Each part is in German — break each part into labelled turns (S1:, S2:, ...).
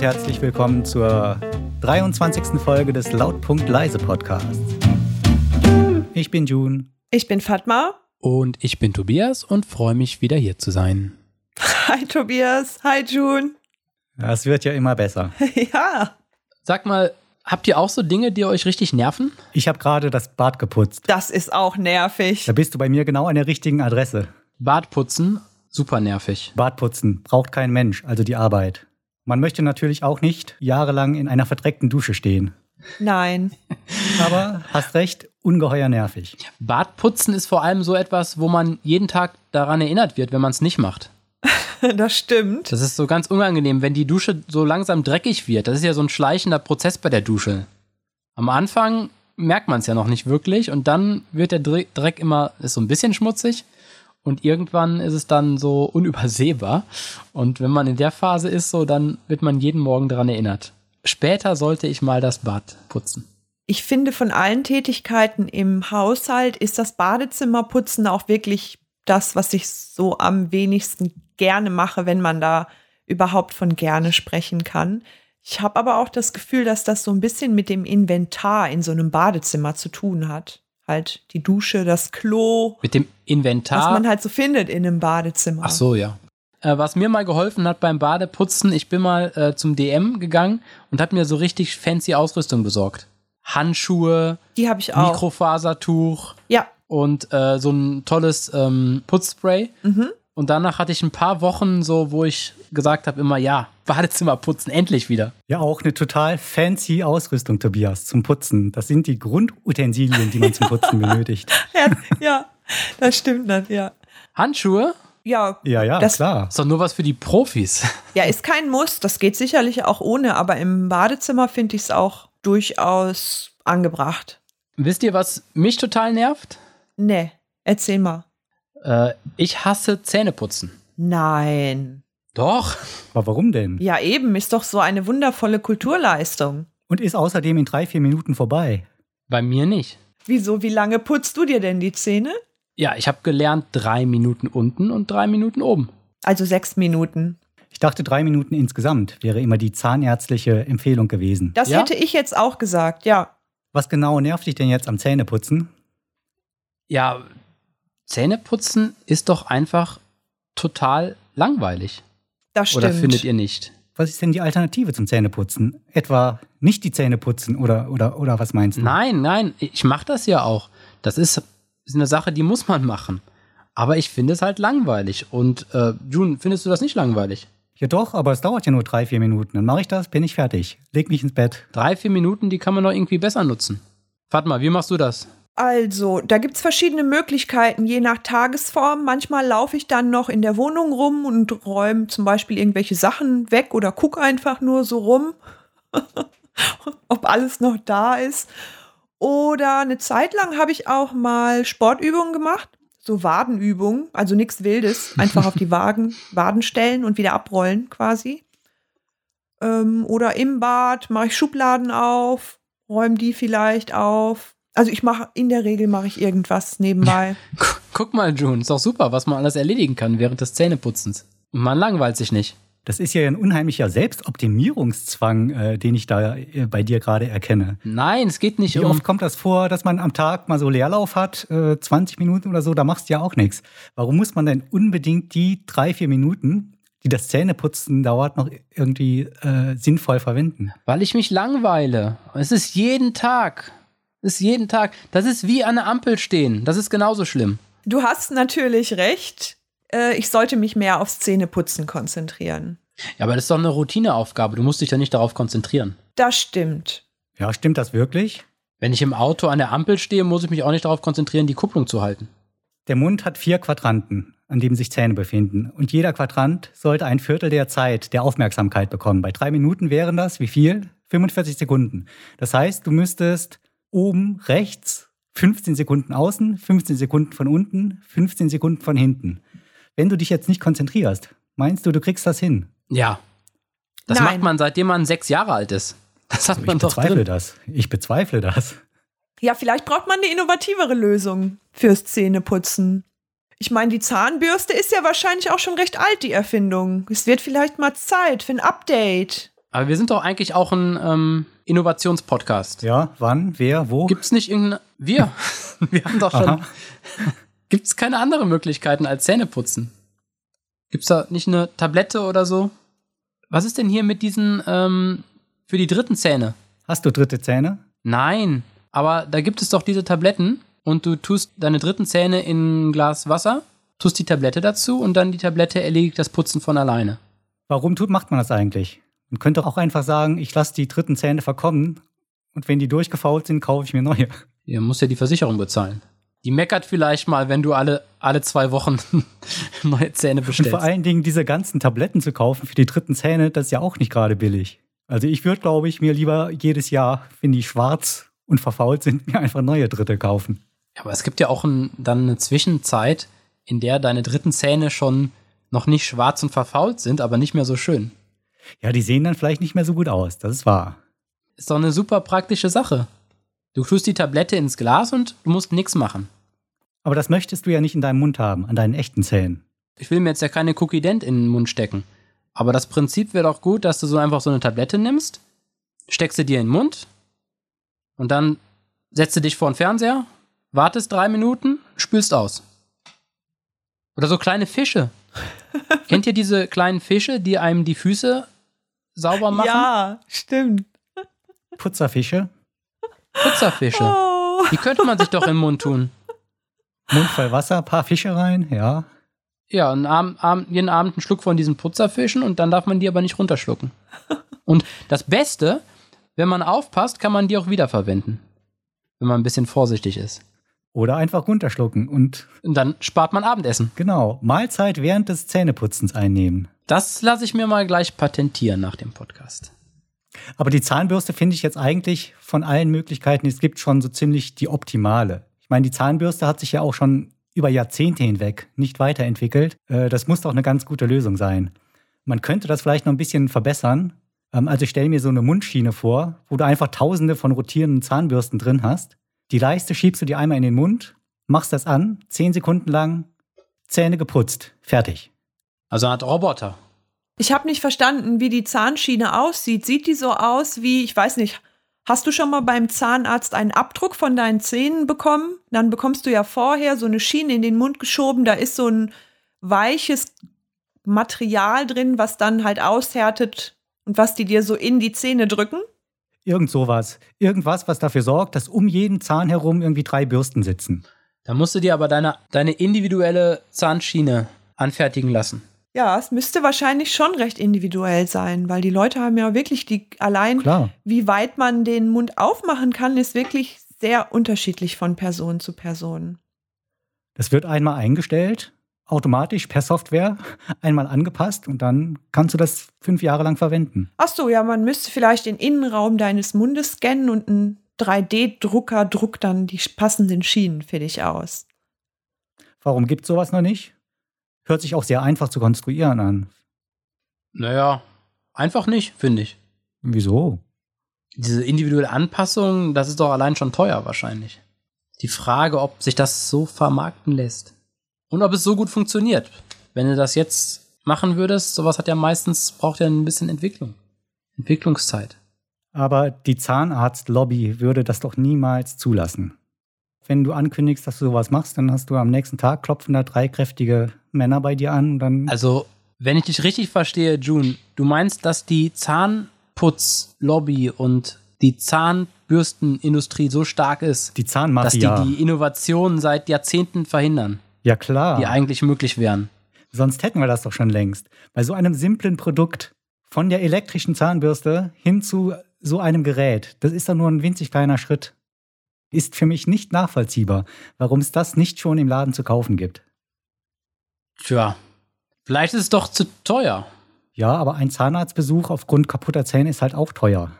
S1: willkommen zur 23. Folge des Lautpunkt Leise Podcasts. Ich bin June.
S2: Ich bin Fatma.
S3: Und ich bin Tobias und freue mich, wieder hier zu sein.
S2: Hi Tobias. Hi June.
S1: Das wird ja immer besser.
S2: ja.
S3: Sag mal, habt ihr auch so Dinge, die euch richtig nerven?
S1: Ich habe gerade das Bad geputzt.
S2: Das ist auch nervig.
S1: Da bist du bei mir genau an der richtigen Adresse.
S3: Bartputzen, super nervig.
S1: Bartputzen braucht kein Mensch, also die Arbeit. Man möchte natürlich auch nicht jahrelang in einer verdreckten Dusche stehen.
S2: Nein.
S1: Aber hast recht, ungeheuer nervig.
S3: Bartputzen ist vor allem so etwas, wo man jeden Tag daran erinnert wird, wenn man es nicht macht.
S2: Das stimmt.
S3: Das ist so ganz unangenehm, wenn die Dusche so langsam dreckig wird. Das ist ja so ein schleichender Prozess bei der Dusche. Am Anfang merkt man es ja noch nicht wirklich und dann wird der Dre- Dreck immer ist so ein bisschen schmutzig und irgendwann ist es dann so unübersehbar. Und wenn man in der Phase ist, so dann wird man jeden Morgen daran erinnert. Später sollte ich mal das Bad putzen.
S2: Ich finde, von allen Tätigkeiten im Haushalt ist das Badezimmerputzen auch wirklich das, was ich so am wenigsten gerne mache, wenn man da überhaupt von gerne sprechen kann. Ich habe aber auch das Gefühl, dass das so ein bisschen mit dem Inventar in so einem Badezimmer zu tun hat. Halt die Dusche, das Klo,
S3: Mit dem
S2: was
S3: Inventar.
S2: man halt so findet in einem Badezimmer.
S3: Ach so, ja. Äh, was mir mal geholfen hat beim Badeputzen, ich bin mal äh, zum DM gegangen und habe mir so richtig fancy Ausrüstung besorgt. Handschuhe,
S2: Die habe ich auch.
S3: Mikrofasertuch
S2: ja,
S3: und äh, so ein tolles ähm, Putzspray. Und danach hatte ich ein paar Wochen so, wo ich gesagt habe immer, ja, Badezimmer putzen, endlich wieder.
S1: Ja, auch eine total fancy Ausrüstung, Tobias, zum Putzen. Das sind die Grundutensilien, die man zum Putzen benötigt.
S2: ja, ja, das stimmt dann, ja.
S3: Handschuhe?
S2: Ja,
S1: Ja, ja,
S2: Das-
S1: klar.
S3: Ist doch nur was für die Profis.
S2: Ja, ist kein Muss. Das geht sicherlich auch ohne, aber im Badezimmer finde ich es auch durchaus angebracht.
S3: Wisst ihr, was mich total nervt?
S2: Nee, erzähl mal.
S3: Äh, ich hasse Zähneputzen.
S2: Nein.
S3: Doch.
S1: Aber warum denn?
S2: Ja, eben, ist doch so eine wundervolle Kulturleistung.
S1: Und ist außerdem in drei, vier Minuten vorbei.
S3: Bei mir nicht.
S2: Wieso, wie lange putzt du dir denn die Zähne?
S3: Ja, ich habe gelernt, drei Minuten unten und drei Minuten oben.
S2: Also sechs Minuten.
S1: Ich dachte, drei Minuten insgesamt wäre immer die zahnärztliche Empfehlung gewesen.
S2: Das
S3: Ja?
S2: hätte ich jetzt auch gesagt, ja.
S1: Was genau nervt dich denn jetzt am Zähneputzen?
S3: Ja, Zähneputzen ist doch einfach total langweilig.
S2: Das stimmt.
S3: Oder findet ihr nicht?
S1: Was ist denn die Alternative zum Zähneputzen? Etwa nicht die Zähne putzen oder, oder, oder was meinst du?
S3: Nein, nein, ich mache das ja auch. Das ist, ist eine Sache, die muss man machen. Aber ich finde es halt langweilig. Und äh, June, findest du das nicht langweilig?
S1: Ja doch, aber es dauert ja nur drei, vier Minuten. Dann mache ich das, bin ich fertig. Leg mich ins Bett.
S3: Drei, vier Minuten, die kann man doch irgendwie besser nutzen. Fatma, wie machst du das?
S2: Also, da gibt's verschiedene Möglichkeiten, je nach Tagesform. Manchmal laufe ich dann noch in der Wohnung rum und räume zum Beispiel irgendwelche Sachen weg oder gucke einfach nur so rum, ob alles noch da ist. Oder eine Zeit lang habe ich auch mal Sportübungen gemacht, so Wadenübungen, also nichts Wildes, einfach auf die Wagen, Waden stellen und wieder abrollen quasi. Ähm, oder im Bad mache ich Schubladen auf, räume die vielleicht auf. Also ich mache in der Regel mache ich irgendwas nebenbei.
S3: Guck mal, June, ist doch super, was man alles erledigen kann während des Zähneputzens. Und man langweilt sich nicht.
S1: Das ist ja ein unheimlicher Selbstoptimierungszwang, äh, den ich da äh, bei dir gerade erkenne.
S3: Nein, es geht nicht
S1: Wie
S3: um
S1: oft kommt das vor, dass man am Tag mal so Leerlauf hat, äh, 20 Minuten oder so, da machst du ja auch nichts. Warum muss man denn unbedingt die drei, vier Minuten, die das Zähneputzen dauert, noch irgendwie äh, sinnvoll verwenden?
S3: Weil ich mich langweile. Es ist jeden Tag. Es ist jeden Tag. Das ist wie an der Ampel stehen. Das ist genauso schlimm.
S2: Du hast natürlich recht. Äh, ich sollte mich mehr aufs Zähneputzen konzentrieren.
S3: Ja, aber das ist doch eine Routineaufgabe. Du musst dich ja nicht darauf konzentrieren.
S2: Das stimmt.
S1: Ja, stimmt das wirklich?
S3: Wenn ich im Auto an der Ampel stehe, muss ich mich auch nicht darauf konzentrieren, die Kupplung zu halten.
S1: Der Mund hat vier Quadranten, an dem sich Zähne befinden. Und jeder Quadrant sollte ein Viertel der Zeit der Aufmerksamkeit bekommen. Bei drei Minuten wären das, wie viel? 45 Sekunden. Das heißt, du müsstest oben rechts 15 Sekunden außen, 15 Sekunden von unten, 15 Sekunden von hinten. Wenn du dich jetzt nicht konzentrierst, meinst du, du kriegst das hin?
S3: Ja. Das
S2: Nein.
S3: macht man, seitdem man sechs Jahre alt ist. Das hat
S1: Also Ich
S3: man doch
S1: bezweifle
S3: drin.
S1: das. Ich bezweifle das.
S2: Ja, vielleicht braucht man eine innovativere Lösung fürs Zähneputzen. Ich meine, die Zahnbürste ist ja wahrscheinlich auch schon recht alt, die Erfindung. Es wird vielleicht mal Zeit für ein Update.
S3: Aber wir sind doch eigentlich auch ein ähm, Innovationspodcast.
S1: Ja, wann, wer, wo?
S3: Gibt's nicht irgendeine. Wir. wir haben doch schon.
S1: Oh. Aha.
S3: Gibt's keine anderen Möglichkeiten als Zähneputzen? Gibt's da nicht eine Tablette oder so? Was ist denn hier mit diesen ähm, für die dritten Zähne?
S1: Hast du dritte Zähne?
S3: Nein, aber da gibt es doch diese Tabletten und du tust deine dritten Zähne in ein Glas Wasser, tust die Tablette dazu und dann die Tablette erledigt das Putzen von alleine.
S1: Warum tut, macht man das eigentlich? Man könnte auch einfach sagen, ich lasse die dritten Zähne verkommen und wenn die durchgefault sind, kaufe ich mir neue.
S3: Ihr muss ja die Versicherung bezahlen. Die meckert vielleicht mal, wenn du alle, alle zwei Wochen neue Zähne
S1: Und vor
S3: bestellst.
S1: allen Dingen diese ganzen Tabletten zu kaufen für die dritten Zähne, das ist ja auch nicht gerade billig. Also ich würde, glaube ich, mir lieber jedes Jahr, wenn die schwarz und verfault sind, mir einfach neue dritte kaufen.
S3: Aber es gibt ja auch ein, dann eine Zwischenzeit, in der deine dritten Zähne schon noch nicht schwarz und verfault sind, aber nicht mehr so schön.
S1: Ja, die sehen dann vielleicht nicht mehr so gut aus, das ist wahr.
S3: Ist doch eine super praktische Sache. Du tust die Tablette ins Glas und du musst nichts machen.
S1: Aber das möchtest du ja nicht in deinem Mund haben, an deinen echten Zähnen.
S3: Ich will mir jetzt ja keine Cookie Dent in den Mund stecken. Aber das Prinzip wäre doch gut, dass du so einfach so eine Tablette nimmst, steckst sie dir in den Mund und dann setzt du dich vor den Fernseher, wartest drei Minuten, spülst aus. Oder so kleine Fische. Kennt ihr diese kleinen Fische, die einem die Füße sauber machen?
S2: Ja, stimmt.
S1: Putzerfische,
S3: Putzerfische.
S2: Oh.
S3: Die könnte man sich doch im Mund tun.
S1: Mund voll Wasser, paar Fische rein, ja.
S3: Ja, einen Abend, Abend, jeden Abend einen Schluck von diesen Putzerfischen und dann darf man die aber nicht runterschlucken. Und das Beste, wenn man aufpasst, kann man die auch wiederverwenden. Wenn man ein bisschen vorsichtig ist.
S1: Oder einfach runterschlucken und
S3: Und dann spart man Abendessen.
S1: genau, Mahlzeit während des Zähneputzens einnehmen.
S3: Das lasse ich mir mal gleich patentieren nach dem Podcast.
S1: Aber die Zahnbürste finde ich jetzt eigentlich von allen Möglichkeiten, die es gibt, schon so ziemlich die optimale. Ich meine, die Zahnbürste hat sich ja auch schon über Jahrzehnte hinweg nicht weiterentwickelt. Äh, Das muss doch eine ganz gute Lösung sein. Man könnte das vielleicht noch ein bisschen verbessern. Ähm, Also ich stelle mir so eine Mundschiene vor, wo du einfach tausende von rotierenden Zahnbürsten drin hast. Die Leiste schiebst du dir einmal in den Mund, machst das an, zehn Sekunden lang, Zähne geputzt, fertig.
S3: Also eine Art Roboter.
S2: Ich habe nicht verstanden, wie die Zahnschiene aussieht. Sieht die so aus wie, ich weiß nicht, hast du schon mal beim Zahnarzt einen Abdruck von deinen Zähnen bekommen? Dann bekommst du ja vorher so eine Schiene in den Mund geschoben, da ist so ein weiches Material drin, was dann halt aushärtet und was die dir so in die Zähne drücken.
S1: Irgend sowas. Irgendwas, was dafür sorgt, dass um jeden Zahn herum irgendwie drei Bürsten sitzen.
S3: Da musst du dir aber deine, deine individuelle Zahnschiene anfertigen lassen.
S2: Ja, es müsste wahrscheinlich schon recht individuell sein, weil die Leute haben ja wirklich die allein
S1: Klar.
S2: wie weit man den Mund aufmachen kann, ist wirklich sehr unterschiedlich von Person zu Person.
S1: Das wird einmal eingestellt, automatisch per Software, einmal angepasst und dann kannst du das fünf Jahre lang verwenden.
S2: Ach so, ja, man müsste vielleicht den Innenraum deines Mundes scannen und ein 3D-Drucker druckt dann die passenden Schienen für dich aus.
S1: Warum gibt sowas noch nicht? Hört sich auch sehr einfach zu konstruieren an.
S3: Naja, einfach nicht, finde ich.
S1: Wieso?
S3: diese individuelle Anpassung, das ist doch allein schon teuer wahrscheinlich. Die Frage, ob sich das so vermarkten lässt. Und ob es so gut funktioniert. Wenn du das jetzt machen würdest, sowas hat ja meistens, braucht ja ein bisschen Entwicklung. Entwicklungszeit.
S1: Aber die Zahnarztlobby würde das doch niemals zulassen. Wenn du ankündigst, dass du sowas machst, dann hast du am nächsten Tag klopfen da drei kräftige Männer bei dir an und dann
S3: Also, wenn ich dich richtig verstehe, June, du meinst, dass die Zahnputzlobby und die Zahnbürstenindustrie so stark ist,
S1: die
S3: dass die
S1: Zahnmafia.
S3: die Innovationen seit Jahrzehnten verhindern,
S1: ja klar.
S3: die eigentlich möglich wären.
S1: Sonst hätten wir das doch schon längst. Bei so einem simplen Produkt von der elektrischen Zahnbürste hin zu so einem Gerät, das ist doch nur ein winzig kleiner Schritt. Ist für mich nicht nachvollziehbar, warum es das nicht schon im Laden zu kaufen gibt.
S3: Tja, vielleicht ist es doch zu teuer.
S1: Ja, aber ein Zahnarztbesuch aufgrund kaputter Zähne ist halt auch teuer.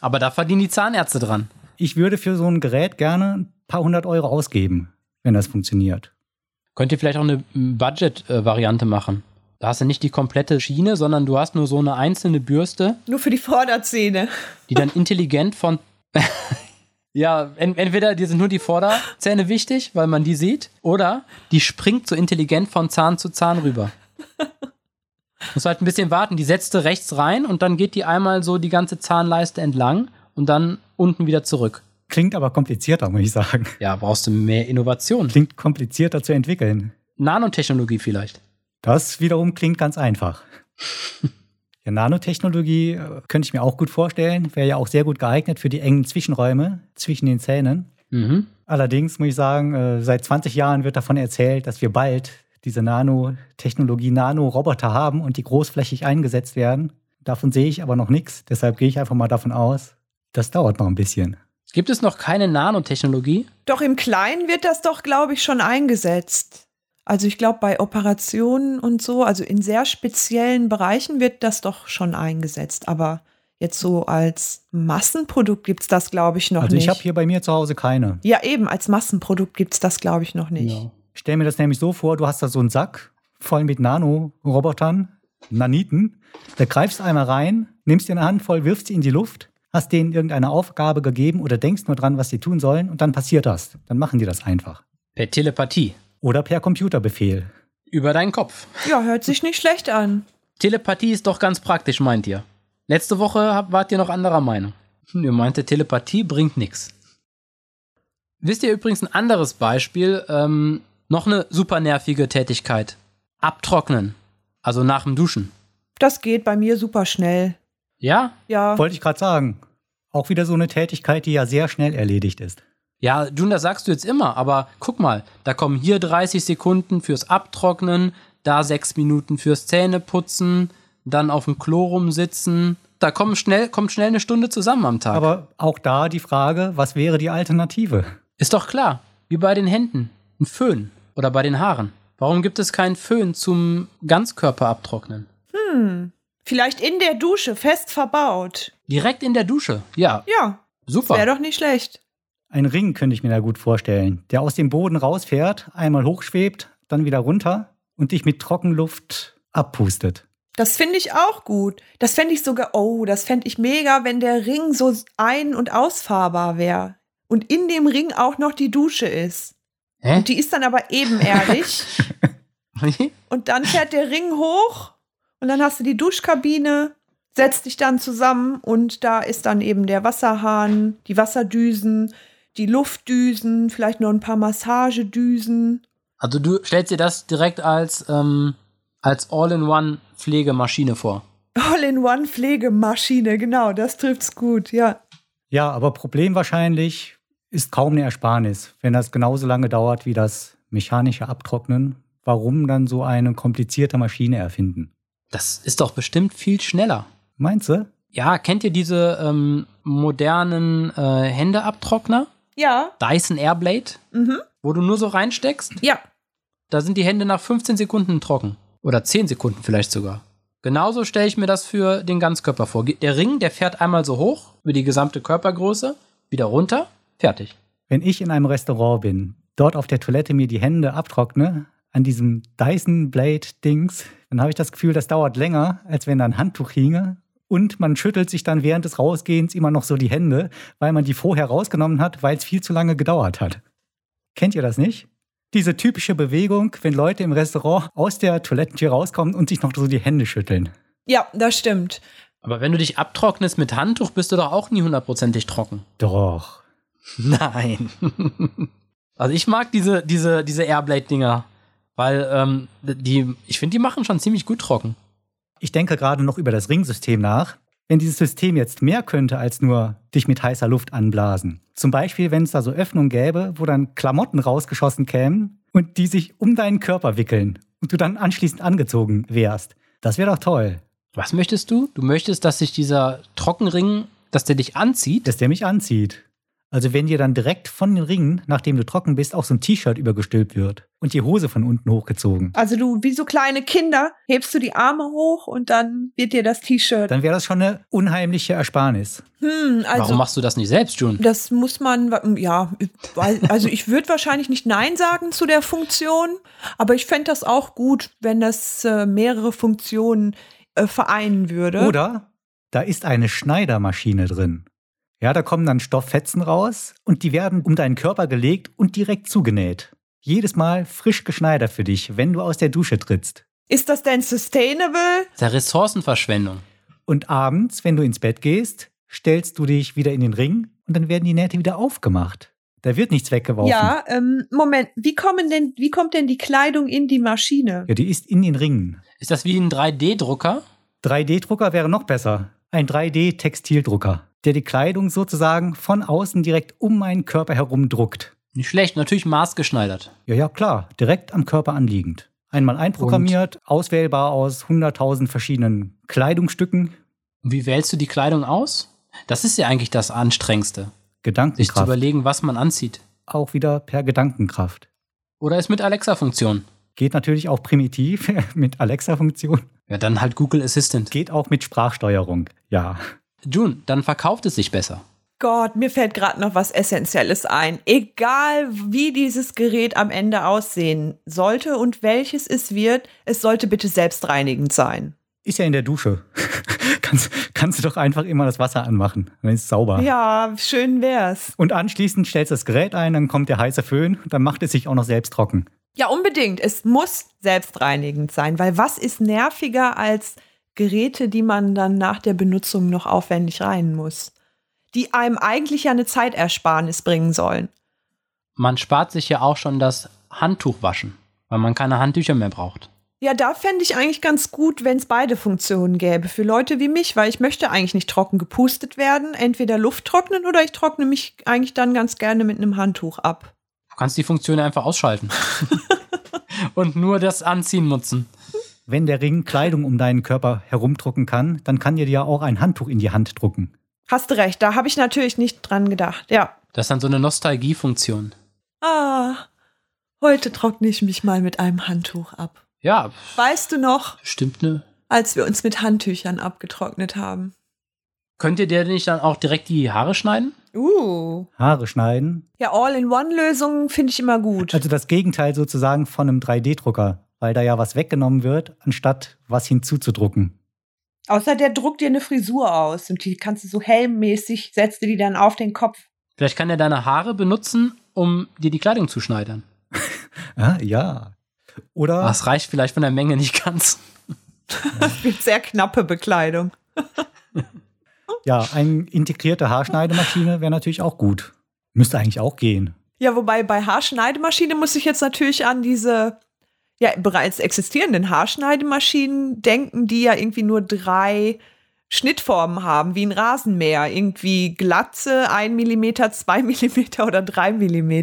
S3: Aber da verdienen die Zahnärzte dran.
S1: Ich würde für so ein Gerät gerne ein paar hundert Euro ausgeben, wenn das funktioniert.
S3: Könnt ihr vielleicht auch eine m, Budget-Variante machen? Da hast du nicht die komplette Schiene, sondern du hast nur so eine einzelne Bürste,
S2: Nur für die Vorderzähne.
S3: die dann intelligent von. ja, en entweder dir sind nur die Vorderzähne wichtig, weil man die sieht, oder die springt so intelligent von Zahn zu Zahn rüber. Musst du halt ein bisschen warten. Die setzt du rechts rein und dann geht die einmal so die ganze Zahnleiste entlang und dann unten wieder zurück.
S1: Klingt aber komplizierter, muss ich sagen.
S3: Ja, brauchst du mehr Innovation.
S1: Klingt komplizierter zu entwickeln.
S3: Nanotechnologie vielleicht.
S1: Das wiederum klingt ganz einfach. Ja, Nanotechnologie äh, könnte ich mir auch gut vorstellen, wäre ja auch sehr gut geeignet für die engen Zwischenräume zwischen den Zähnen.
S3: Mhm.
S1: Allerdings muss ich sagen, äh, seit 20 Jahren wird davon erzählt, dass wir bald diese Nanotechnologie Nanoroboter haben und die großflächig eingesetzt werden. Davon sehe ich aber noch nichts, deshalb gehe ich einfach mal davon aus, das dauert noch ein bisschen.
S3: Gibt es noch keine Nanotechnologie?
S2: Doch im Kleinen wird das doch, glaube ich, schon eingesetzt. Also ich glaube, bei Operationen und so, also in sehr speziellen Bereichen wird das doch schon eingesetzt. Aber jetzt so als Massenprodukt gibt es das, glaube ich, noch
S1: also
S2: nicht.
S1: ich habe hier bei mir zu Hause keine.
S2: ja, eben, als Massenprodukt gibt es das, glaube ich, noch nicht.
S3: Ja.
S1: Ich stelle mir das nämlich so vor, du hast da so einen Sack voll mit Nanorobotern, Naniten. Da greifst einmal rein, nimmst dir eine Handvoll, wirfst sie in die Luft, hast denen irgendeine Aufgabe gegeben oder denkst nur dran, was sie tun sollen und dann passiert das. Dann machen die das einfach.
S3: Per Telepathie.
S1: Oder per Computerbefehl.
S3: Über deinen Kopf.
S2: Ja, hört sich nicht schlecht an.
S3: Telepathie ist doch ganz praktisch, meint ihr. Letzte Woche hab- wart ihr noch anderer Meinung. Hm, Ihr meinte, Telepathie bringt nichts. Wisst ihr übrigens ein anderes Beispiel? Ähm, noch eine super nervige Tätigkeit. Abtrocknen. Also nach dem Duschen.
S2: Das geht bei mir super schnell.
S3: Ja?
S2: Ja,
S1: Wollte ich gerade sagen. Auch wieder so eine Tätigkeit, die ja sehr schnell erledigt ist.
S3: Ja, Jun, das sagst du jetzt immer, aber guck mal, da kommen hier 30 Sekunden fürs Abtrocknen, da 6 Minuten fürs Zähneputzen, dann auf dem Klo rumsitzen. Da kommen schnell, kommt schnell eine Stunde zusammen am Tag.
S1: Aber auch da die Frage, was wäre die Alternative?
S3: Ist doch klar, wie bei den Händen, ein Föhn oder bei den Haaren. Warum gibt es keinen Föhn zum Ganzkörperabtrocknen?
S2: vielleicht in der Dusche fest verbaut.
S3: Direkt in der Dusche. Ja,
S2: Ja, wäre
S3: super.
S2: doch nicht schlecht.
S1: Ein Ring könnte ich mir da gut vorstellen, der aus dem Boden rausfährt, einmal hochschwebt, dann wieder runter und dich mit Trockenluft abpustet.
S2: Das finde ich auch gut. Das fände ich sogar, oh, das fände ich mega, wenn der Ring so ein- und ausfahrbar wäre. Und in dem Ring auch noch die Dusche ist.
S3: Hä?
S2: Und die ist dann aber ebenerdig. und dann fährt der Ring hoch und dann hast du die Duschkabine, setzt dich dann zusammen und da ist dann eben der Wasserhahn, die Wasserdüsen, die Luftdüsen, vielleicht noch ein paar Massagedüsen.
S3: Also du stellst dir das direkt als, ähm, als All-in-One-Pflegemaschine vor.
S2: All-in-one-Pflegemaschine, genau, das trifft's gut, ja.
S1: Ja, aber Problem wahrscheinlich ist kaum eine Ersparnis, wenn das genauso lange dauert wie das mechanische Abtrocknen. Warum dann so eine komplizierte Maschine erfinden?
S3: Das ist doch bestimmt viel schneller.
S1: Meinst du?
S3: Ja, kennt ihr diese ähm, modernen äh, Händeabtrockner?
S2: Ja,
S3: Dyson Airblade,
S2: mhm.
S3: wo du nur so reinsteckst,
S2: ja,
S3: da sind die Hände nach 15 Sekunden trocken. Oder 10 Sekunden vielleicht sogar. Genauso stelle ich mir das für den Ganzkörper vor. Ge- Der Ring, der fährt einmal so hoch, über die gesamte Körpergröße, wieder runter, fertig.
S1: Wenn ich in einem Restaurant bin, dort auf der Toilette mir die Hände abtrockne, an diesem Dyson Blade Dings, dann habe ich das Gefühl, das dauert länger, als wenn da ein Handtuch hinge. Und man schüttelt sich dann während des Rausgehens immer noch so die Hände, weil man die vorher rausgenommen hat, weil es viel zu lange gedauert hat. Kennt ihr das nicht? Diese typische Bewegung, wenn Leute im Restaurant aus der Toilettentür rauskommen und sich noch so die Hände schütteln.
S2: ja, das stimmt.
S3: Aber wenn du dich abtrocknest mit Handtuch, bist du doch auch nie hundertprozentig trocken.
S1: Doch.
S3: Nein. also ich mag diese, diese, diese Airblade-Dinger. Weil ähm, die, ich finde, die machen schon ziemlich gut trocken.
S1: Ich denke gerade noch über das Ringsystem nach. Wenn dieses System jetzt mehr könnte als nur dich mit heißer Luft anblasen. Zum Beispiel, wenn es da so Öffnungen gäbe, wo dann Klamotten rausgeschossen kämen und die sich um deinen Körper wickeln und du dann anschließend angezogen wärst. Das wäre doch toll,
S3: Was möchtest du? Du möchtest, dass sich dieser Trockenring, dass der dich anzieht?
S1: dass der mich anzieht. Also wenn dir dann direkt von den Ringen, nachdem du trocken bist, auch so ein T-Shirt übergestülpt wird und die Hose von unten hochgezogen.
S2: Also du, wie so kleine Kinder, hebst du die Arme hoch und dann wird dir das T-Shirt.
S1: Dann wäre das schon eine unheimliche Ersparnis.
S2: Hm,
S3: Warum
S2: also
S3: machst du das nicht selbst, June?
S2: das muss man, wa- ja, weil- also ich würde wahrscheinlich nicht Nein sagen zu der Funktion, aber ich fände das auch gut, wenn das äh, mehrere Funktionen äh, vereinen würde.
S1: Oder Oh, da ist eine Schneidermaschine drin. Ja, da kommen dann Stofffetzen raus und die werden um deinen Körper gelegt und direkt zugenäht. Jedes Mal frisch geschneidert für dich, wenn du aus der Dusche trittst.
S2: Ist das denn sustainable?
S3: Das ist ja Ressourcenverschwendung.
S1: Und abends, wenn du ins Bett gehst, stellst du dich wieder in den Ring und dann werden die Nähte wieder aufgemacht. Da wird nichts weggeworfen.
S2: Ja, ähm, Moment, wie, kommen denn, wie kommt denn die Kleidung in die Maschine?
S1: Ja, die ist in den Ringen.
S3: Ist das wie ein 3D-Drucker?
S1: 3D-Drucker wäre noch besser. Ein 3D-Textildrucker, der die Kleidung sozusagen von außen direkt um meinen Körper herum druckt.
S3: Nicht schlecht, natürlich maßgeschneidert.
S1: Ja, ja, klar, direkt am Körper anliegend. Einmal einprogrammiert, auswählbar aus 100.000 verschiedenen Kleidungsstücken.
S3: Und wie wählst du die Kleidung aus? Das ist ja eigentlich das Anstrengendste, sich zu
S1: Gedankenkraft.
S3: überlegen, was man anzieht.
S1: Auch wieder per Gedankenkraft.
S3: Oder ist mit Alexa-Funktion.
S1: Geht natürlich auch primitiv mit Alexa-Funktion.
S3: Ja, dann halt Google Assistant.
S1: Geht auch mit Sprachsteuerung. Ja.
S3: June, dann verkauft es sich besser.
S2: Gott, mir fällt gerade noch was Essentielles ein. Egal wie dieses Gerät am Ende aussehen sollte und welches es wird, es sollte bitte selbstreinigend sein.
S1: Ist ja in der Dusche. kannst, kannst du doch einfach immer das Wasser anmachen. Dann ist es sauber.
S2: Ja, schön wär's.
S1: Und anschließend stellst du das Gerät ein, dann kommt der heiße Föhn, dann macht es sich auch noch selbst trocken.
S2: Ja, unbedingt. Es muss selbstreinigend sein, weil was ist nerviger als Geräte, die man dann nach der Benutzung noch aufwendig rein muss, die einem eigentlich ja eine Zeitersparnis bringen sollen.
S3: Man spart sich ja auch schon das Handtuchwaschen, weil man keine Handtücher mehr braucht.
S2: Ja, da fände ich eigentlich ganz gut, wenn es beide Funktionen gäbe für Leute wie mich, weil ich möchte eigentlich nicht trocken gepustet werden, entweder Luft trocknen oder ich trockne mich eigentlich dann ganz gerne mit einem Handtuch ab.
S3: Du kannst die Funktion einfach ausschalten. Und nur das Anziehen nutzen.
S1: Wenn der Ring Kleidung um deinen Körper herumdrucken kann, dann kann dir ja auch ein Handtuch in die Hand drucken.
S2: Hast du recht, da habe ich natürlich nicht dran gedacht. Ja.
S3: Das ist dann so eine Nostalgiefunktion.
S2: Ah, heute trockne ich mich mal mit einem Handtuch ab.
S3: Ja, ne?
S2: Weißt du noch,
S3: bestimmt eine.
S2: als wir uns mit Handtüchern abgetrocknet haben.
S3: Könnt ihr dir nicht dann auch direkt die Haare schneiden?
S2: Uh.
S1: Haare schneiden.
S2: Ja, All-in-One-Lösungen finde ich immer gut.
S1: Also das Gegenteil sozusagen von einem 3D-Drucker, weil da ja was weggenommen wird, anstatt was hinzuzudrucken.
S2: Außer der druckt dir eine Frisur aus und die kannst du so helmmäßig, setzt du die dann auf den Kopf.
S3: Vielleicht kann er deine Haare benutzen, um dir die Kleidung zu schneidern.
S1: Ah, ja. Oder
S3: Das reicht vielleicht von der Menge nicht ganz.
S2: Das wird sehr knappe Bekleidung.
S1: ja, eine integrierte Haarschneidemaschine wäre natürlich auch gut. Müsste eigentlich auch gehen.
S2: Ja, wobei bei Haarschneidemaschine muss ich jetzt natürlich an diese ja, bereits existierenden Haarschneidemaschinen denken, die ja irgendwie nur drei Schnittformen haben, wie ein Rasenmäher. Irgendwie Glatze, 1 mm, 2 mm oder 3 mm.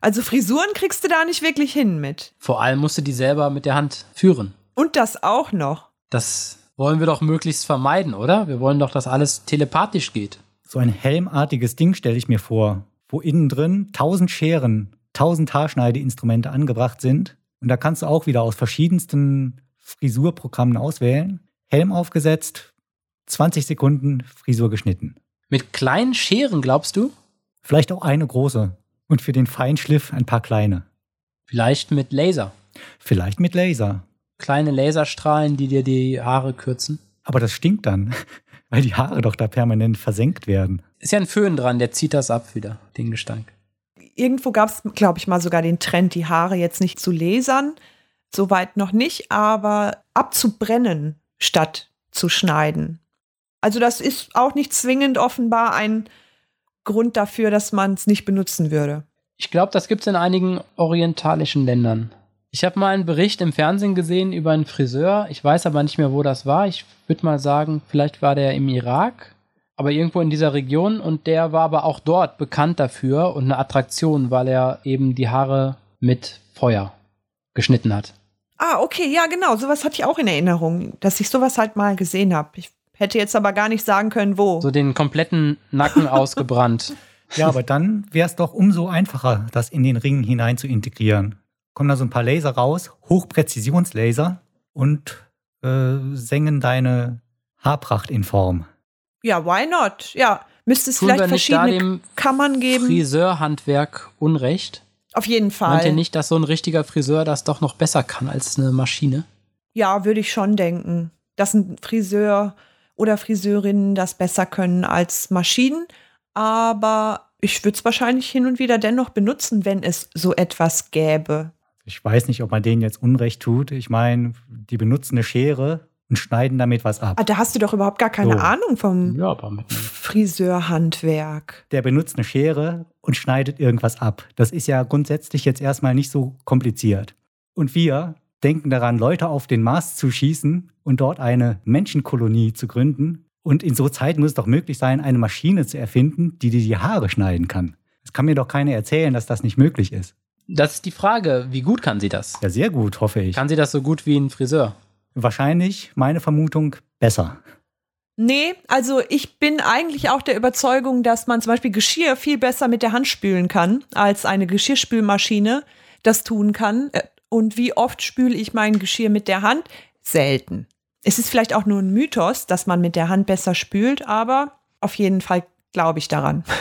S2: Also Frisuren kriegst du da nicht wirklich hin mit.
S3: Vor allem musst du die selber mit der Hand führen.
S2: Und das auch noch.
S3: Das wollen wir doch möglichst vermeiden, oder? Wir wollen doch, dass alles telepathisch geht.
S1: So ein helmartiges Ding stelle ich mir vor, wo innen drin tausend Scheren, tausend Haarschneideinstrumente angebracht sind. Und da kannst du auch wieder aus verschiedensten Frisurprogrammen auswählen. Helm aufgesetzt, 20 Sekunden Frisur geschnitten.
S3: Mit kleinen Scheren, glaubst du?
S1: Vielleicht auch eine große und für den Feinschliff ein paar kleine.
S3: Vielleicht mit Laser.
S1: Vielleicht mit Laser.
S3: Kleine Laserstrahlen, die dir die Haare kürzen.
S1: Aber das stinkt dann, weil die Haare doch da permanent versenkt werden.
S3: Ist ja ein Föhn dran, der zieht das ab wieder, den Gestank.
S2: Irgendwo gab es, glaube ich, mal sogar den Trend, die Haare jetzt nicht zu lasern. Soweit noch nicht, aber abzubrennen statt zu schneiden. Also das ist auch nicht zwingend offenbar ein Grund dafür, dass man es nicht benutzen würde.
S3: Ich glaube, das gibt es in einigen orientalischen Ländern. Ich habe mal einen Bericht im Fernsehen gesehen über einen Friseur. Ich weiß aber nicht mehr, wo das war. Ich würde mal sagen, vielleicht war der im Irak, aber irgendwo in dieser Region. Und der war aber auch dort bekannt dafür und eine Attraktion, weil er eben die Haare mit Feuer geschnitten hat.
S2: Ah, okay, ja, genau. Sowas hatte ich auch in Erinnerung, dass ich sowas halt mal gesehen habe. Ich hätte jetzt aber gar nicht sagen können, wo.
S3: So den kompletten Nacken ausgebrannt.
S1: Ja, aber dann wäre es doch umso einfacher, das in den Ring hinein zu integrieren. Kommen da so ein paar Laser raus, Hochpräzisionslaser und äh, sengen deine Haarpracht in Form.
S2: ja, why not? Ja, müsste es
S3: Tun
S2: vielleicht
S3: wir nicht da
S2: verschiedene
S3: dem
S2: Kammern geben.
S3: Friseurhandwerk Unrecht.
S2: Auf jeden
S3: Meint
S2: Fall.
S3: ihr nicht, dass so ein richtiger Friseur das doch noch besser kann als eine Maschine?
S2: Ja, würde ich schon denken, dass ein Friseur oder Friseurinnen das besser können als Maschinen. Aber ich würde es wahrscheinlich hin und wieder dennoch benutzen, wenn es so etwas gäbe.
S1: Ich weiß nicht, ob man denen jetzt Unrecht tut. Ich meine, die benutzen eine Schere und schneiden damit was ab.
S2: Ah, da hast du doch überhaupt gar keine
S1: So.
S2: Ahnung vom
S3: Ja, aber mit
S2: Friseurhandwerk.
S1: Der benutzt eine Schere und schneidet irgendwas ab. Das ist ja grundsätzlich jetzt erstmal nicht so kompliziert. Und wir denken daran, Leute auf den Mars zu schießen und dort eine Menschenkolonie zu gründen. Und in so Zeiten muss es doch möglich sein, eine Maschine zu erfinden, die dir die Haare schneiden kann. Es kann mir doch keiner erzählen, dass das nicht möglich ist.
S3: Das ist die Frage, wie gut kann sie das?
S1: Ja, sehr gut, hoffe ich.
S3: Kann sie das so gut wie ein Friseur?
S1: Wahrscheinlich, meine Vermutung, besser.
S2: Nee, also ich bin eigentlich auch der Überzeugung, dass man zum Beispiel Geschirr viel besser mit der Hand spülen kann, als eine Geschirrspülmaschine das tun kann. Äh, Und wie oft spüle ich mein Geschirr mit der Hand? Selten. Es ist vielleicht auch nur ein Mythos, dass man mit der Hand besser spült, aber auf jeden Fall glaube ich daran.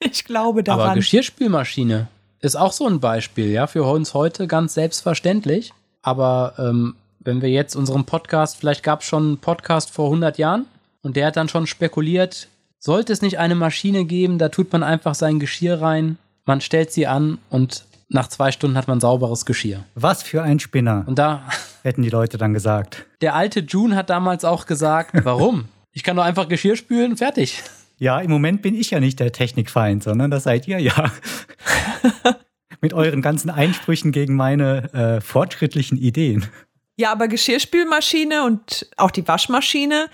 S2: Ich glaube
S3: Aber
S2: daran.
S3: Geschirrspülmaschine ist auch so ein Beispiel, ja, für uns heute ganz selbstverständlich. Aber ähm, wenn wir jetzt unseren Podcast, vielleicht gab es schon einen Podcast vor 100 Jahren und der hat dann schon spekuliert, sollte es nicht eine Maschine geben, da tut man einfach sein Geschirr rein, man stellt sie an und nach zwei Stunden hat man sauberes Geschirr.
S1: Was für ein Spinner,
S3: Und da,
S1: hätten die Leute dann gesagt.
S3: der alte June hat damals auch gesagt, warum? Ich kann doch einfach Geschirr spülen, fertig.
S1: Ja, im Moment bin ich ja nicht der Technikfeind, sondern das seid ihr ja. Mit euren ganzen Einsprüchen gegen meine äh, fortschrittlichen Ideen.
S2: Ja, aber Geschirrspülmaschine und auch die Waschmaschine,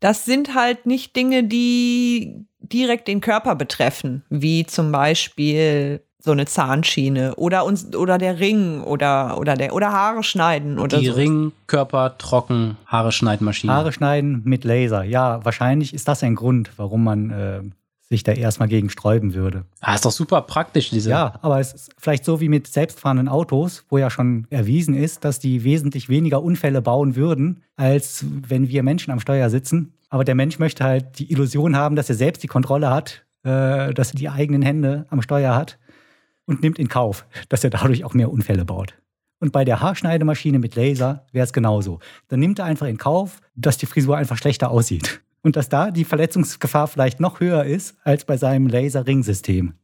S2: das sind halt nicht Dinge, die direkt den Körper betreffen, wie zum Beispiel so eine Zahnschiene oder uns oder der Ring oder oder der oder Haare schneiden oder
S3: Die
S2: so.
S3: Ring, Körper, Trocken, Haare, Schneidmaschine.
S1: Haare schneiden mit Laser. Ja, wahrscheinlich ist das ein Grund, warum man äh, sich da erstmal gegen sträuben würde.
S3: Ah, ist doch super praktisch, diese.
S1: Ja, aber es ist vielleicht so wie mit selbstfahrenden Autos, wo ja schon erwiesen ist, dass die wesentlich weniger Unfälle bauen würden, als wenn wir Menschen am Steuer sitzen. Aber der Mensch möchte halt die Illusion haben, dass er selbst die Kontrolle hat, äh, dass er die eigenen Hände am Steuer hat und nimmt in Kauf, dass er dadurch auch mehr Unfälle baut. Und bei der Haarschneidemaschine mit Laser wäre es genauso. Dann nimmt er einfach in Kauf, dass die Frisur einfach schlechter aussieht. Und dass da die Verletzungsgefahr vielleicht noch höher ist als bei seinem Laser-Ring-System.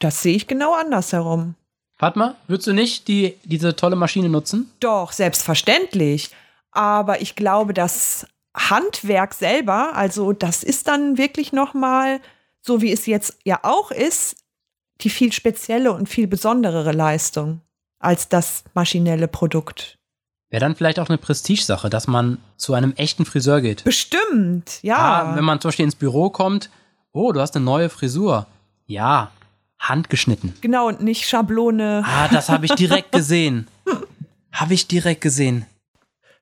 S2: Das sehe ich genau andersherum.
S3: Fatma, würdest du nicht die, diese tolle Maschine nutzen?
S2: Doch, selbstverständlich. Aber ich glaube, das Handwerk selber, also das ist dann wirklich noch mal, so wie es jetzt ja auch ist, die viel spezielle und viel besonderere Leistung als das maschinelle Produkt.
S3: Wäre dann vielleicht auch eine Prestigesache, dass man zu einem echten Friseur geht.
S2: Bestimmt, ja.
S3: Ah, wenn man zum Beispiel ins Büro kommt, oh, du hast eine neue Frisur. Ja, handgeschnitten.
S2: genau, und nicht Schablone.
S3: Ah, das habe ich direkt gesehen. Habe ich direkt gesehen.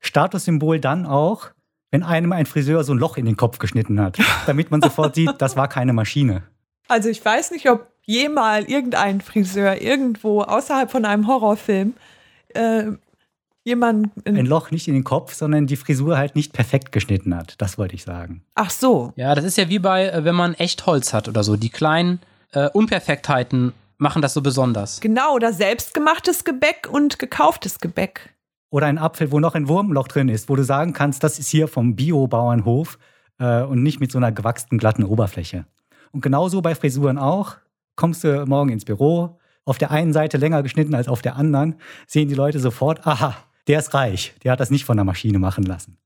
S1: Statussymbol dann auch, wenn einem ein Friseur so ein Loch in den Kopf geschnitten hat, damit man sofort sieht, das war keine Maschine.
S2: Also ich weiß nicht, ob jemals irgendein Friseur irgendwo außerhalb von einem Horrorfilm äh, jemanden.
S1: Ein Loch nicht in den Kopf, sondern die Frisur halt nicht perfekt geschnitten hat. Das wollte ich sagen.
S2: Ach so,
S3: Ja, das ist ja wie bei, äh, wenn man Echtholz hat oder so. Die kleinen äh, Unperfektheiten machen das so besonders.
S2: Genau, oder selbstgemachtes Gebäck und gekauftes Gebäck.
S1: Oder ein Apfel, wo noch ein Wurmloch drin ist, wo du sagen kannst, das ist hier vom Bio-Bauernhof äh, und nicht mit so einer gewachsenen, glatten Oberfläche. Und genauso bei Frisuren auch. Kommst du morgen ins Büro, auf der einen Seite länger geschnitten als auf der anderen, sehen die Leute sofort, aha, der ist reich, der hat das nicht von der Maschine machen lassen.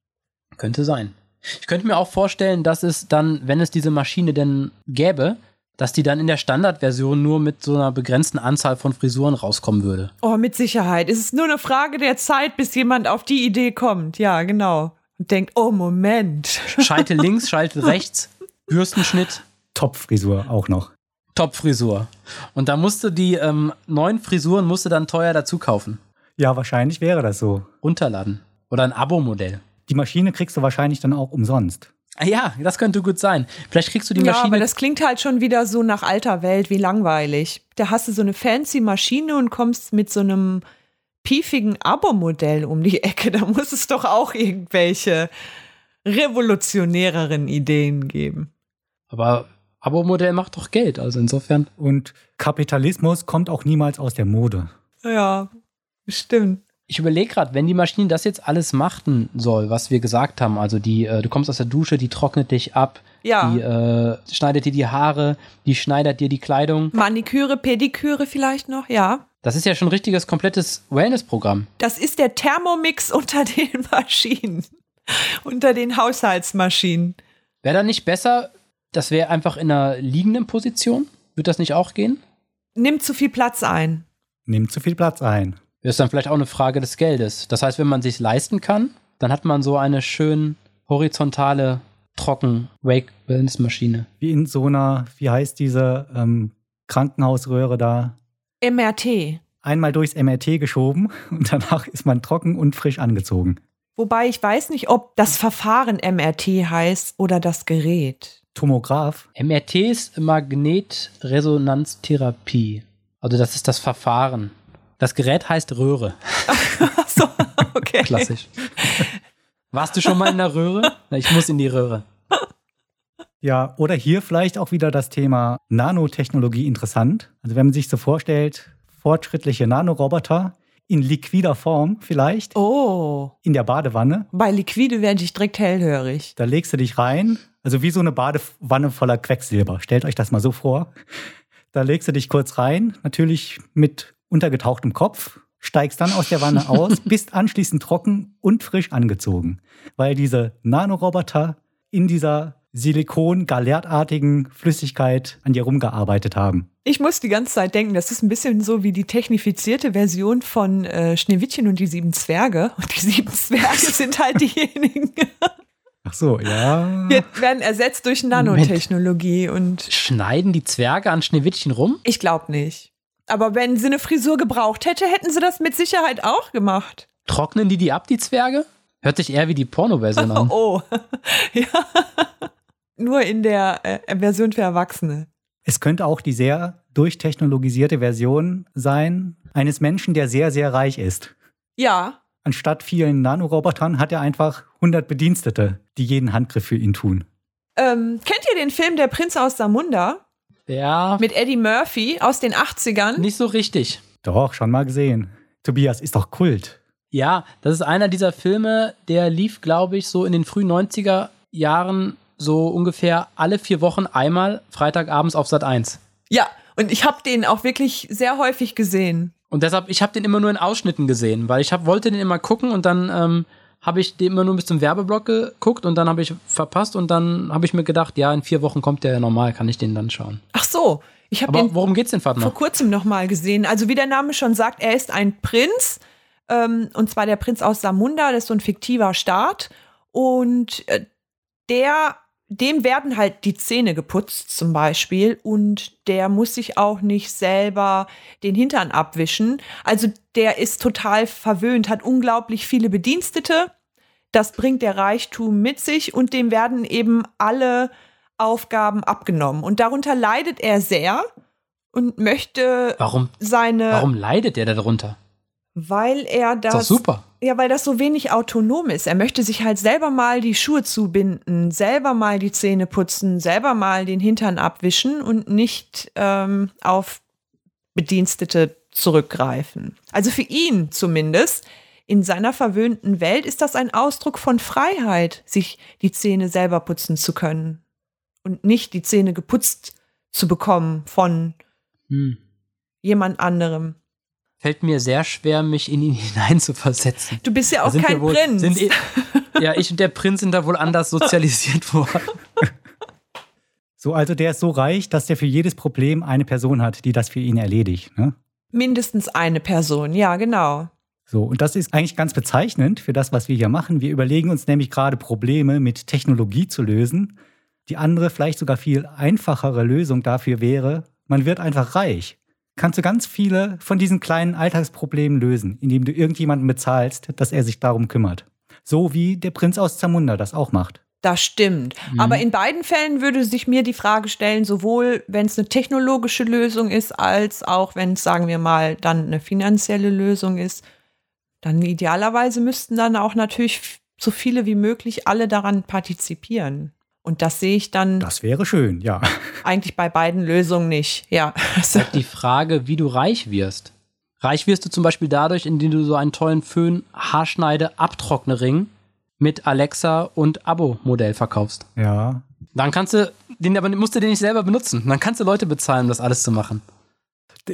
S3: Könnte sein. Ich könnte mir auch vorstellen, dass es dann, wenn es diese Maschine denn gäbe, dass die dann in der Standardversion nur mit so einer begrenzten Anzahl von Frisuren rauskommen würde.
S2: Oh, mit Sicherheit. Es ist nur eine Frage der Zeit, bis jemand auf die Idee kommt. Ja, genau. Und denkt, oh, Moment.
S3: Schalte links, schalte rechts, Bürstenschnitt,
S1: Topfrisur auch noch.
S3: Top-Frisur. Und da musste die ähm, neuen Frisuren musste dann teuer dazu kaufen.
S1: Ja, wahrscheinlich wäre das so.
S3: Runterladen. Oder ein Abo-Modell.
S1: Die Maschine kriegst du wahrscheinlich dann auch umsonst.
S3: Ah Ja, das könnte gut sein. Vielleicht kriegst du die
S2: Ja, aber
S3: Maschine.
S2: das klingt halt schon wieder so nach alter Welt, wie langweilig. Da hast du so eine fancy Maschine und kommst mit so einem piefigen Abo-Modell um die Ecke. Da muss es doch auch irgendwelche revolutionäreren Ideen geben.
S3: aber Abo-Modell macht doch Geld. Also insofern.
S1: Und Kapitalismus kommt auch niemals aus der Mode.
S2: Ja, bestimmt.
S3: Ich überlege gerade, wenn die Maschine das jetzt alles machen soll, was wir gesagt haben, also die, äh, du kommst aus der Dusche, die trocknet dich ab,
S2: Ja.
S3: Die äh, schneidet dir die Haare, die schneidet dir die Kleidung.
S2: Maniküre, Pediküre vielleicht noch, ja.
S3: Das ist ja schon ein richtiges, komplettes Wellness-Programm.
S2: Das ist der Thermomix unter den Maschinen, unter den Haushaltsmaschinen.
S3: Wäre dann nicht besser, das wäre einfach in einer liegenden Position? Wird das nicht auch gehen?
S2: Nimmt zu viel Platz ein.
S1: Nimmt zu viel Platz ein.
S3: Ist dann vielleicht auch eine Frage des Geldes. Das heißt, wenn man sich leisten kann, dann hat man so eine schön horizontale, trocken Wake-Balance-Maschine.
S1: Wie in so einer, wie heißt diese ähm, Krankenhausröhre da?
S2: MRT.
S1: Einmal durchs MRT geschoben und danach ist man trocken und frisch angezogen.
S2: Wobei ich weiß nicht, ob das Verfahren MRT heißt oder das Gerät.
S1: Tomograph?
S3: MRT ist Magnetresonanztherapie. Also das ist das Verfahren. Das Gerät heißt Röhre.
S2: Ach so, okay.
S3: Klassisch. Warst du schon mal in der Röhre? Na, ich muss in die Röhre.
S1: Ja, oder hier vielleicht auch wieder das Thema Nanotechnologie interessant. Also wenn man sich so vorstellt, fortschrittliche Nanoroboter in liquider Form vielleicht,
S2: Oh,
S1: in der Badewanne.
S2: bei Liquide werde ich direkt hellhörig.
S1: Da legst du dich rein, also wie so eine Badewanne voller Quecksilber. Stellt euch das mal so vor. Da legst du dich kurz rein, natürlich mit untergetauchtem Kopf, steigst dann aus der Wanne aus, bist anschließend trocken und frisch angezogen, weil diese Nanoroboter in dieser silikon-galertartigen Flüssigkeit an dir rumgearbeitet haben.
S2: Ich muss die ganze Zeit denken, das ist ein bisschen so wie die technifizierte Version von äh, Schneewittchen und die sieben Zwerge. Und die sieben Zwerge sind halt diejenigen,
S1: Ach so, ja.
S2: die werden ersetzt durch Nanotechnologie. Und
S3: Schneiden die Zwerge an Schneewittchen rum?
S2: ich glaube nicht. Aber wenn sie eine Frisur gebraucht hätte, hätten sie das mit Sicherheit auch gemacht.
S3: Trocknen die die ab, die Zwerge? Hört sich eher wie die Porno-Version an.
S2: Oh, ja. Nur in der äh, Version für Erwachsene.
S1: Es könnte auch die sehr durchtechnologisierte Version sein eines Menschen, der sehr, sehr reich ist.
S2: Ja,
S1: Anstatt vielen Nanorobotern hat er einfach 100 Bedienstete, die jeden Handgriff für ihn tun.
S2: ähm, kennt ihr den Film Der Prinz aus Samunda
S3: Ja,
S2: mit Eddie Murphy aus den 80ern?
S3: nicht so richtig.
S1: Doch, schon mal gesehen. Tobias ist doch Kult.
S3: Ja, das ist einer dieser Filme, der lief, glaube ich, so in den frühen 90er Jahren so ungefähr alle vier Wochen einmal Freitagabends auf Sat 1.
S2: Ja, und ich habe den auch wirklich sehr häufig gesehen.
S3: Und deshalb, ich habe den immer nur in Ausschnitten gesehen, weil ich hab, wollte den immer gucken und dann ähm, habe ich den immer nur bis zum Werbeblock geguckt und dann habe ich verpasst und dann habe ich mir gedacht, ja, in vier Wochen kommt der ja normal, kann ich den dann schauen.
S2: Ach so, ich habe
S3: Aber
S2: den
S3: worum geht's denn, Fatma?
S2: vor kurzem nochmal gesehen. Also wie der Name schon sagt, er ist ein Prinz. Ähm, und zwar der Prinz aus Samunda, das ist so ein fiktiver Staat. Und äh, der, dem werden halt die Zähne geputzt zum Beispiel. Und der muss sich auch nicht selber den Hintern abwischen. Also der ist total verwöhnt, hat unglaublich viele Bedienstete. Das bringt der Reichtum mit sich und dem werden eben alle Aufgaben abgenommen. Und darunter leidet er sehr und möchte
S3: Warum,
S2: seine,
S3: warum leidet der darunter?
S2: weil er
S3: Ist doch
S2: äh, das,
S3: super.
S2: ja, weil das so wenig autonom ist. Er möchte sich halt selber mal die Schuhe zubinden, selber mal die Zähne putzen, selber mal den Hintern abwischen und nicht ähm, auf Bedienstete zurückgreifen. Also für ihn zumindest. In seiner verwöhnten Welt ist das ein Ausdruck von Freiheit, sich die Zähne selber putzen zu können und nicht die Zähne geputzt zu bekommen von
S3: Hm.
S2: jemand anderem.
S3: Fällt mir sehr schwer, mich in ihn hineinzuversetzen.
S2: Du bist ja
S3: Da
S2: auch
S3: sind
S2: kein
S3: wir wohl,
S2: Prinz.
S3: Sind, i- ja, ich und der Prinz sind da wohl anders sozialisiert worden.
S1: So, also der ist so reich, dass der für jedes Problem eine Person hat, die das für ihn erledigt. Ne?
S2: Mindestens eine Person, ja, genau.
S1: So, und das ist eigentlich ganz bezeichnend für das, was wir hier machen. Wir überlegen uns nämlich gerade Probleme mit Technologie zu lösen. Die andere, vielleicht sogar viel einfachere Lösung dafür wäre, man wird einfach reich. Kannst du ganz viele von diesen kleinen Alltagsproblemen lösen, indem du irgendjemanden bezahlst, dass er sich darum kümmert. So wie der Prinz aus Zamunda das auch macht.
S2: Das stimmt.
S3: Mhm.
S2: Aber in beiden Fällen würde sich mir die Frage stellen, sowohl wenn es eine technologische Lösung ist, als auch wenn es, sagen wir mal, dann eine finanzielle Lösung ist, dann idealerweise müssten dann auch natürlich f- so viele wie möglich alle daran partizipieren. Und das sehe ich dann
S1: Das wäre schön, ja.
S2: eigentlich bei beiden Lösungen nicht. Ja. Also,
S3: Halt Die Frage, wie du reich wirst. Reich wirst du zum Beispiel dadurch, indem du so einen tollen Föhn, Haarschneide, Abtrocknering mit Alexa und Abo-Modell verkaufst.
S1: Ja.
S3: Dann kannst du den, aber musst du den nicht selber benutzen. Dann kannst du Leute bezahlen, um das alles zu machen.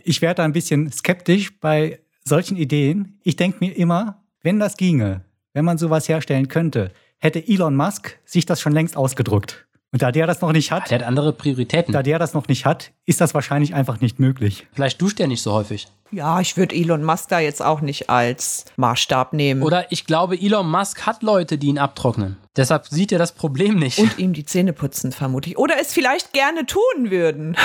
S1: Ich werde da ein bisschen skeptisch bei solchen Ideen. Ich denke mir immer, wenn das ginge, wenn man sowas herstellen könnte, hätte Elon Musk sich das schon längst ausgedruckt. Und da der das noch nicht hat,
S3: Der hat andere Prioritäten.
S1: da der das noch nicht hat, ist das wahrscheinlich einfach nicht möglich.
S3: Vielleicht duscht er nicht so häufig.
S2: Ja, ich würde Elon Musk da jetzt auch nicht als Maßstab nehmen
S3: Oder ich glaube, Elon Musk hat Leute, die ihn abtrocknen. Deshalb sieht er das Problem nicht.
S2: und ihm die Zähne putzen, vermutlich. Oder es vielleicht gerne tun würden.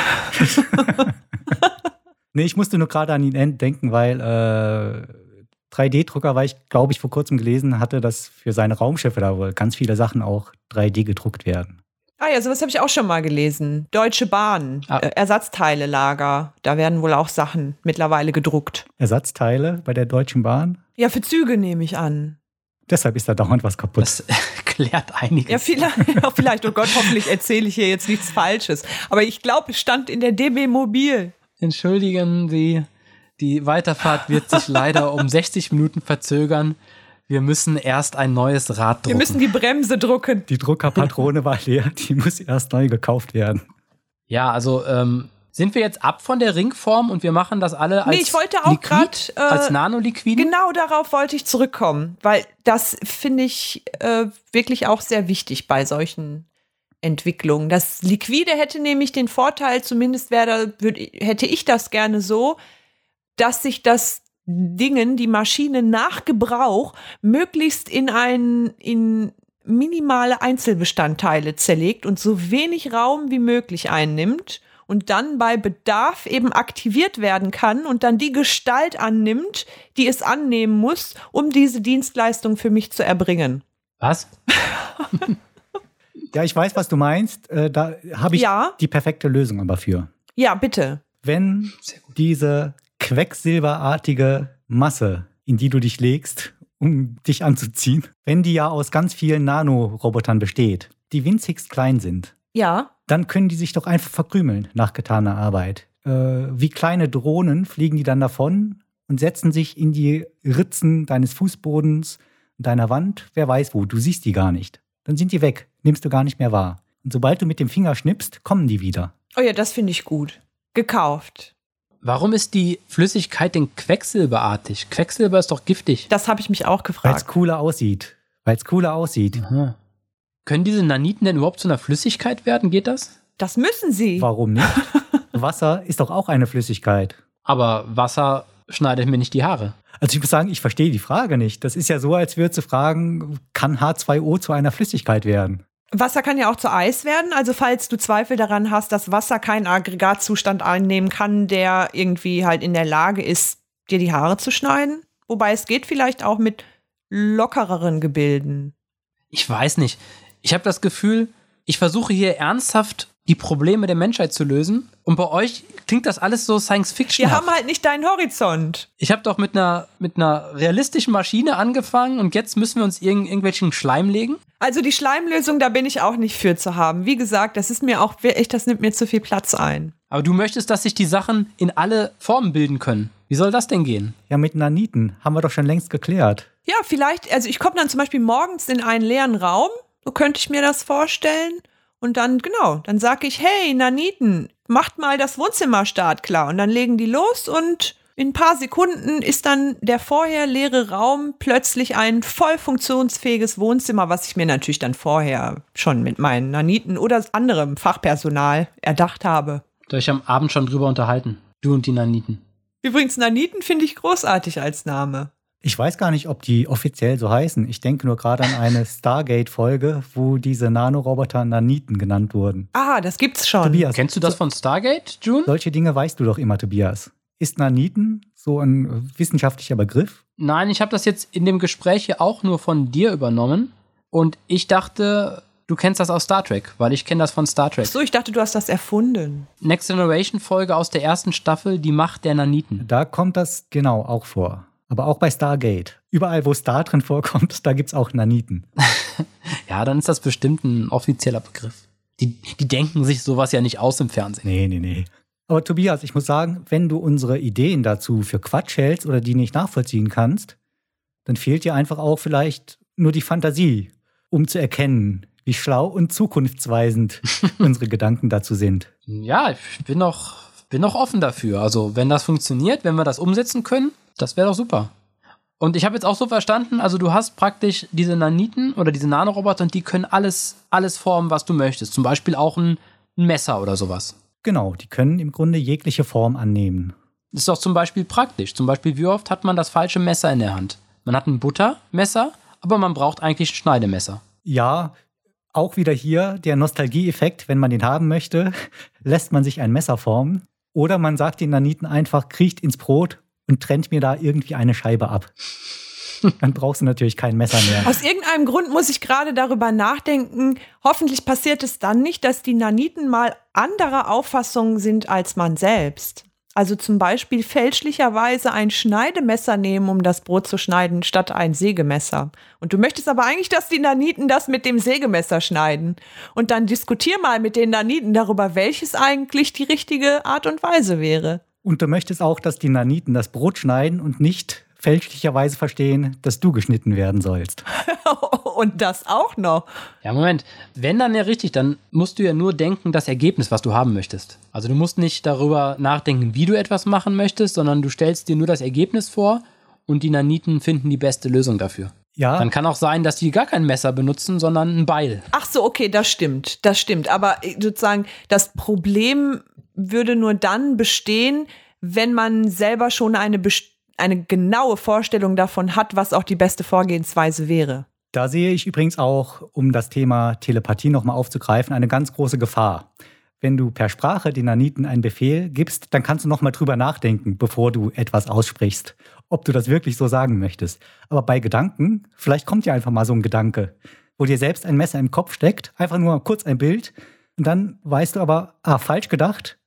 S1: Nee, ich musste nur gerade an ihn denken, weil äh, 3D-Drucker, weil ich glaube ich vor kurzem gelesen hatte, dass für seine Raumschiffe da wohl ganz viele Sachen auch 3D gedruckt werden.
S2: Ah ja, sowas habe ich auch schon mal gelesen. Deutsche Bahn,
S3: Ah.
S2: äh, Ersatzteilelager. Da werden wohl auch Sachen mittlerweile gedruckt.
S1: Ersatzteile bei der Deutschen Bahn.
S2: Ja, für Züge nehme ich an.
S1: Deshalb ist da dauernd was kaputt.
S3: Das klärt
S2: Ja,
S3: einiges.
S2: vielleicht, ja, vielleicht. Oh Gott, hoffentlich erzähle ich hier jetzt nichts Falsches. Aber ich glaube, es stand in der DB Mobil.
S3: Entschuldigen Sie, die Weiterfahrt wird sich leider um 60 Minuten verzögern. Wir müssen erst ein neues Rad
S2: Wir
S3: drucken.
S2: müssen die Bremse drucken.
S1: Die Druckerpatrone war leer, die muss erst neu gekauft werden.
S3: ja, also ähm, sind wir jetzt ab von der Ringform und wir machen das alle als
S2: Nee, ich wollte auch
S3: Liquid,
S2: grad, äh,
S3: als Nanoliquid.
S2: Genau darauf wollte ich zurückkommen, weil das finde ich äh, wirklich auch sehr wichtig bei solchen Entwicklungen. Das Liquide hätte nämlich den Vorteil, zumindest wäre da, würd, hätte ich das gerne so, dass sich das Dingen, die Maschine nach Gebrauch möglichst in ein, in minimale Einzelbestandteile zerlegt und so wenig Raum wie möglich einnimmt und dann bei Bedarf eben aktiviert werden kann und dann die Gestalt annimmt, die es annehmen muss, um diese Dienstleistung für mich zu erbringen.
S3: Was?
S1: Ja, ich weiß, was du meinst. Äh, da habe ich
S2: Ja.
S1: die perfekte Lösung aber für.
S2: Ja, bitte.
S1: Wenn diese quecksilberartige Masse, in die du dich legst, um dich anzuziehen, wenn die ja aus ganz vielen Nanorobotern besteht, die winzigst klein sind,
S2: Ja.
S1: dann können die sich doch einfach verkrümeln nach getaner Arbeit. Äh, wie kleine Drohnen fliegen die dann davon und setzen sich in die Ritzen deines Fußbodens, deiner Wand, wer weiß wo, du siehst die gar nicht. Dann sind die weg, nimmst du gar nicht mehr wahr. Und sobald du mit dem Finger schnippst, kommen die wieder.
S2: Oh ja, das finde ich gut. Gekauft.
S3: Warum ist die Flüssigkeit denn quecksilberartig? Quecksilber ist doch giftig.
S2: Das habe ich mich auch
S1: Weil es
S2: gefragt.
S1: cooler aussieht. Weil es cooler aussieht.
S3: Aha. Können diese Naniten denn überhaupt zu einer Flüssigkeit werden? Geht das?
S2: Das müssen sie.
S1: Warum nicht? Wasser ist doch auch eine Flüssigkeit.
S3: Aber Wasser schneidet mir nicht die Haare.
S1: Also ich muss sagen, ich verstehe die Frage nicht. Das ist ja so, als würdest du fragen, kann H2O zu einer Flüssigkeit werden?
S2: Wasser kann ja auch zu Eis werden. Also falls du Zweifel daran hast, dass Wasser keinen Aggregatzustand einnehmen kann, der irgendwie halt in der Lage ist, dir die Haare zu schneiden. Wobei es geht vielleicht auch mit lockereren Gebilden.
S3: Ich weiß nicht. Ich habe das Gefühl, ich versuche hier ernsthaft die Probleme der Menschheit zu lösen. Und bei euch klingt das alles so Science Fiction.
S2: Wir haben halt nicht deinen Horizont.
S3: Ich habe doch mit einer, mit einer realistischen Maschine angefangen und jetzt müssen wir uns irgend, irgendwelchen Schleim legen.
S2: Also die Schleimlösung, da bin ich auch nicht für zu haben. Wie gesagt, das ist mir auch echt, das nimmt mir zu viel Platz ein.
S3: Aber du möchtest, dass sich die Sachen in alle Formen bilden können. Wie soll das denn gehen?
S1: Ja, mit Naniten haben wir doch schon längst geklärt.
S2: Ja, vielleicht, also ich komme dann zum Beispiel morgens in einen leeren Raum, so könnte ich mir das vorstellen. Und dann, genau, dann sage ich, hey, Naniten, macht mal das Wohnzimmer startklar. Und dann legen die los und in ein paar Sekunden ist dann der vorher leere Raum plötzlich ein voll funktionsfähiges Wohnzimmer, was ich mir natürlich dann vorher schon mit meinen Naniten oder anderem Fachpersonal erdacht habe.
S3: Habt ihr euch am Abend schon drüber unterhalten? Du und die Naniten.
S2: Übrigens, Naniten finde ich großartig als Name.
S1: Ich weiß gar nicht, ob die offiziell so heißen. Ich denke nur gerade an eine Stargate-Folge, wo diese Nanoroboter Naniten genannt wurden.
S2: Ah, das gibt's schon.
S1: Tobias,
S3: Kennst du das von Stargate, June?
S1: solche Dinge weißt du doch immer, Tobias. Ist Naniten so ein äh, wissenschaftlicher Begriff?
S3: Nein, ich habe das jetzt in dem Gespräch hier auch nur von dir übernommen. Und ich dachte, du kennst das aus Star Trek, weil ich kenne das von Star Trek.
S2: Ach So, ich dachte, du hast das erfunden.
S3: Next Generation Folge aus der ersten Staffel, die Macht der Naniten.
S1: Da kommt das genau auch vor. Aber auch bei Stargate. Überall, wo Star drin vorkommt, da gibt's auch Naniten.
S3: Ja, dann ist das bestimmt ein offizieller Begriff. Die, die denken sich sowas ja nicht aus im Fernsehen.
S1: Nee, nee, nee. Aber Tobias, ich muss sagen, wenn du unsere Ideen dazu für Quatsch hältst oder die nicht nachvollziehen kannst, dann fehlt dir einfach auch vielleicht nur die Fantasie, um zu erkennen, wie schlau und zukunftsweisend unsere Gedanken dazu sind.
S3: Ja, ich bin noch, bin noch offen dafür. Also, wenn das funktioniert, wenn wir das umsetzen können, das wäre doch super. Und ich habe jetzt auch so verstanden, also du hast praktisch diese Naniten oder diese Nanoroboter und die können alles, alles formen, was du möchtest. Zum Beispiel auch ein, ein Messer oder sowas.
S1: Genau, die können im Grunde jegliche Form annehmen.
S3: Das ist doch zum Beispiel praktisch. Zum Beispiel, wie oft hat man das falsche Messer in der Hand? Man hat ein Buttermesser, aber man braucht eigentlich ein Schneidemesser.
S1: Ja, auch wieder hier der Nostalgieeffekt, wenn man den haben möchte, lässt man sich ein Messer formen. Oder man sagt den Naniten einfach, kriecht ins Brot und trennt mir da irgendwie eine Scheibe ab. Dann brauchst du natürlich kein Messer mehr.
S2: Aus irgendeinem Grund muss ich gerade darüber nachdenken. Hoffentlich passiert es dann nicht, dass die Naniten mal anderer Auffassung sind als man selbst. Also zum Beispiel fälschlicherweise ein Schneidemesser nehmen, um das Brot zu schneiden, statt ein Sägemesser. Und du möchtest aber eigentlich, dass die Naniten das mit dem Sägemesser schneiden. Und dann diskutier mal mit den Naniten darüber, welches eigentlich die richtige Art und Weise wäre.
S1: Und du möchtest auch, dass die Naniten das Brot schneiden und nicht fälschlicherweise verstehen, dass du geschnitten werden sollst.
S2: und das auch noch.
S3: Ja, Moment. Wenn dann ja richtig, dann musst du ja nur denken, das Ergebnis, was du haben möchtest. Also du musst nicht darüber nachdenken, wie du etwas machen möchtest, sondern du stellst dir nur das Ergebnis vor und die Naniten finden die beste Lösung dafür.
S1: Ja.
S3: Dann kann auch sein, dass die gar kein Messer benutzen, sondern ein Beil.
S2: Ach so, okay, das stimmt. Das stimmt. Aber äh, sozusagen, das Problem würde nur dann bestehen, wenn man selber schon eine, best- eine genaue Vorstellung davon hat, was auch die beste Vorgehensweise wäre.
S1: Da sehe ich übrigens auch, um das Thema Telepathie nochmal aufzugreifen, eine ganz große Gefahr. Wenn du per Sprache den Naniten einen Befehl gibst, dann kannst du nochmal drüber nachdenken, bevor du etwas aussprichst, ob du das wirklich so sagen möchtest. Aber bei Gedanken, vielleicht kommt dir einfach mal so ein Gedanke, wo dir selbst ein Messer im Kopf steckt, einfach nur kurz ein Bild, und dann weißt du aber, ah, falsch gedacht,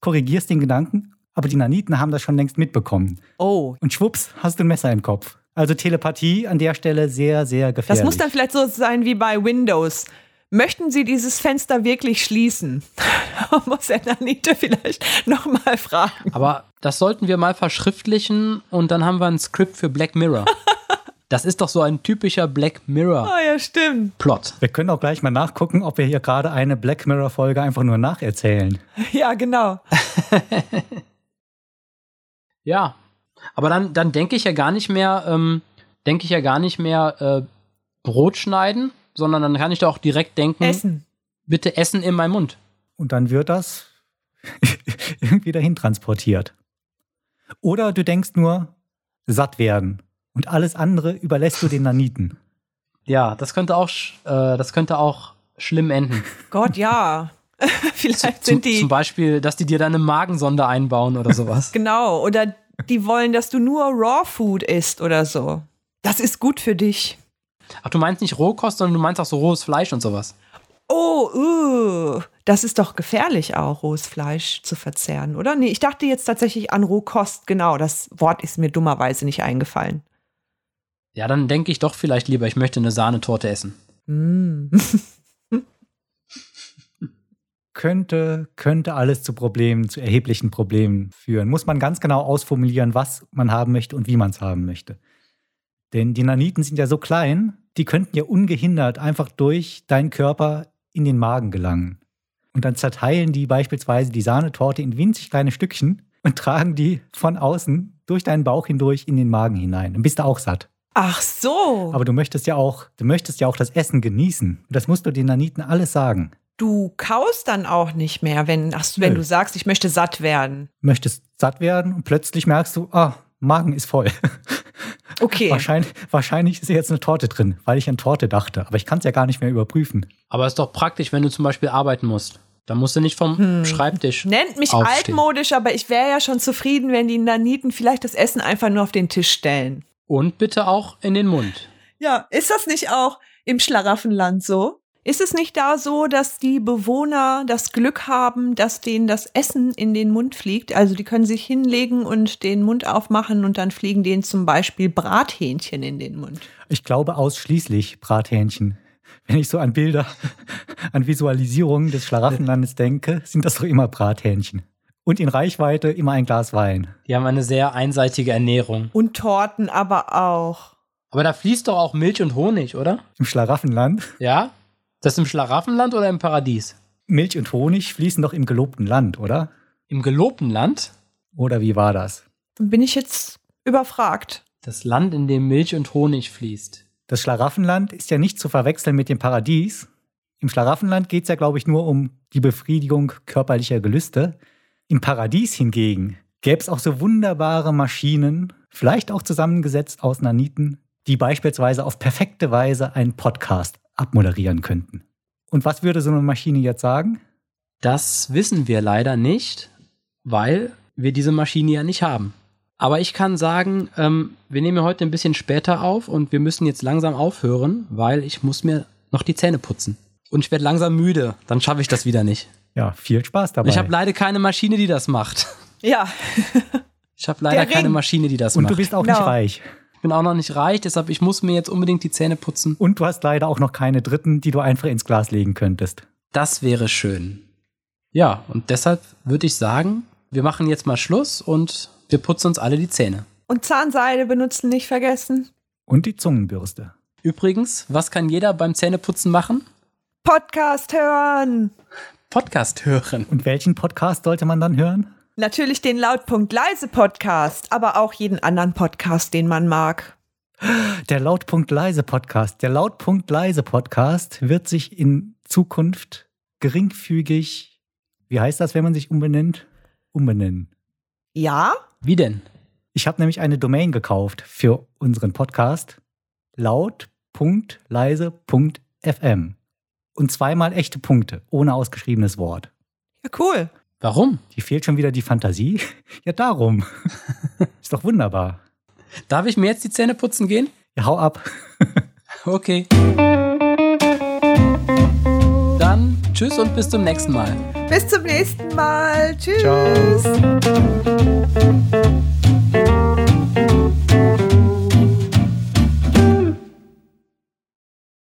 S1: korrigierst den Gedanken, aber die Naniten haben das schon längst mitbekommen.
S2: Oh,
S1: Und schwupps, hast du ein Messer im Kopf. Also Telepathie an der Stelle sehr, sehr gefährlich.
S2: das muss dann vielleicht so sein wie bei Windows. Möchten Sie dieses Fenster wirklich schließen? Da muss er Nanite vielleicht nochmal fragen.
S3: Aber das sollten wir mal verschriftlichen und dann haben wir ein Skript für Black Mirror. Das ist doch so ein typischer Black Mirror-Plot.
S2: Oh ja, stimmt.
S1: wir können auch gleich mal nachgucken, ob wir hier gerade eine Black Mirror-Folge einfach nur nacherzählen.
S2: Ja, genau.
S3: Ja. Aber dann, dann denke ich ja gar nicht mehr, ähm, denke ich ja gar nicht mehr äh, Brot schneiden, sondern dann kann ich doch auch direkt denken,
S2: Essen.
S3: bitte Essen in meinen Mund.
S1: Und dann wird das irgendwie dahin transportiert. Oder du denkst nur, satt werden. Und alles andere überlässt du den Naniten.
S3: Ja, das könnte auch, sch- äh, das könnte auch schlimm enden.
S2: Gott, ja. vielleicht sind
S3: zum,
S2: die.
S3: zum Beispiel, dass die dir dann eine Magensonde einbauen oder sowas.
S2: Genau, oder die wollen, dass du nur Raw Food isst oder so. Das ist gut für dich.
S3: Ach, du meinst nicht Rohkost, sondern du meinst auch so rohes Fleisch und sowas.
S2: Oh, uh, das ist doch gefährlich auch, rohes Fleisch zu verzehren, oder? Nee, ich dachte jetzt tatsächlich an Rohkost, genau. Das Wort ist mir dummerweise nicht eingefallen.
S3: Ja, dann denke ich doch vielleicht lieber, ich möchte eine Sahnetorte essen.
S2: Mm.
S1: Könnte, könnte alles zu Problemen, zu erheblichen Problemen führen. Muss man ganz genau ausformulieren, was man haben möchte und wie man es haben möchte. Denn die Naniten sind ja so klein, die könnten ja ungehindert einfach durch deinen Körper in den Magen gelangen. Und dann zerteilen die beispielsweise die Sahnetorte in winzig kleine Stückchen und tragen die von außen durch deinen Bauch hindurch in den Magen hinein. Dann bist du auch satt.
S2: Ach so,
S1: Aber du möchtest ja auch, du möchtest ja auch das Essen genießen. Und das musst du den Naniten alles sagen.
S2: du kaust dann auch nicht mehr, wenn, ach, so, wenn
S1: Nö.
S2: du sagst, ich möchte satt werden.
S1: möchtest satt werden und plötzlich merkst du, ah, Magen ist voll.
S2: Okay,
S1: Wahrscheinlich, wahrscheinlich ist jetzt eine Torte drin, weil ich an Torte dachte. Aber ich kann es ja gar nicht mehr überprüfen.
S3: Aber ist doch praktisch, wenn du zum Beispiel arbeiten musst. Dann musst du nicht vom Schreibtisch.
S2: Hm. nennt mich
S3: Aufstehen.
S2: altmodisch, aber ich wäre ja schon zufrieden, wenn die Naniten vielleicht das Essen einfach nur auf den Tisch stellen.
S3: Und bitte auch in den Mund.
S2: Ja, ist das nicht auch im Schlaraffenland so? Ist es nicht da so, dass die Bewohner das Glück haben, dass denen das Essen in den Mund fliegt? Also die können sich hinlegen und den Mund aufmachen und dann fliegen denen zum Beispiel Brathähnchen in den Mund.
S1: Ich glaube ausschließlich Brathähnchen. Wenn ich so an Bilder, an Visualisierungen des Schlaraffenlandes denke, sind das doch immer Brathähnchen. Und in Reichweite immer ein Glas Wein.
S3: Die haben eine sehr einseitige Ernährung.
S2: Und Torten aber auch.
S3: Aber da fließt doch auch Milch und Honig, oder?
S1: Im Schlaraffenland
S3: Ja? Das im Schlaraffenland oder im Paradies?
S1: Milch und Honig fließen doch im gelobten Land, oder?
S3: Im gelobten Land?
S1: Oder wie war das?
S2: Dann bin ich jetzt überfragt.
S3: Das Land, in dem Milch und Honig fließt.
S1: Das Schlaraffenland ist ja nicht zu verwechseln mit dem Paradies. Im Schlaraffenland geht es ja, glaube ich, nur um die Befriedigung körperlicher Gelüste. Im Paradies hingegen gäbe es auch so wunderbare Maschinen, vielleicht auch zusammengesetzt aus Naniten, die beispielsweise auf perfekte Weise einen Podcast abmoderieren könnten. Und was würde so eine Maschine jetzt sagen?
S3: Das wissen wir leider nicht, weil wir diese Maschine ja nicht haben. Aber ich kann sagen, ähm, wir nehmen ja heute ein bisschen später auf und wir müssen jetzt langsam aufhören, weil ich muss mir noch die Zähne putzen. Und ich werde langsam müde, dann schaffe ich das wieder nicht.
S1: Ja, viel Spaß dabei.
S3: Ich habe leider keine Maschine, die das macht.
S2: Ja,
S3: Ich habe leider
S2: Der Ring.
S3: keine Maschine, die das
S1: und
S3: macht.
S1: du bist auch
S2: Genau.
S1: nicht reich.
S3: ich bin auch noch nicht reich, deshalb ich muss mir jetzt unbedingt die Zähne putzen.
S1: Und du hast leider auch noch keine dritten, die du einfach ins Glas legen könntest.
S3: Das wäre schön. Ja, und deshalb würde ich sagen, wir machen jetzt mal Schluss und wir putzen uns alle die Zähne.
S2: und Zahnseide benutzen nicht vergessen.
S1: Und die Zungenbürste.
S3: Übrigens, was kann jeder beim Zähneputzen machen?
S2: Podcast hören.
S3: Podcast hören.
S1: Und welchen Podcast sollte man dann hören?
S2: Natürlich den Lautpunkt leise Podcast, aber auch jeden anderen Podcast, den man mag.
S1: Der Lautpunkt leise Podcast. Der Lautpunkt leise Podcast wird sich in Zukunft geringfügig, wie heißt das, wenn man sich umbenennt? Umbenennen.
S2: Ja?
S3: Wie denn?
S1: Ich habe nämlich eine Domain gekauft für unseren Podcast. Laut.leise.fm. Und zweimal echte Punkte, ohne ausgeschriebenes Wort.
S2: Ja, cool.
S3: Warum?
S1: Die fehlt schon wieder die Fantasie. Ja, darum. Ist doch wunderbar.
S3: Darf ich mir jetzt die Zähne putzen gehen?
S1: Ja, hau ab.
S3: Okay. Dann tschüss und bis zum nächsten Mal.
S2: Bis zum nächsten Mal. Tschüss.
S1: Ciao.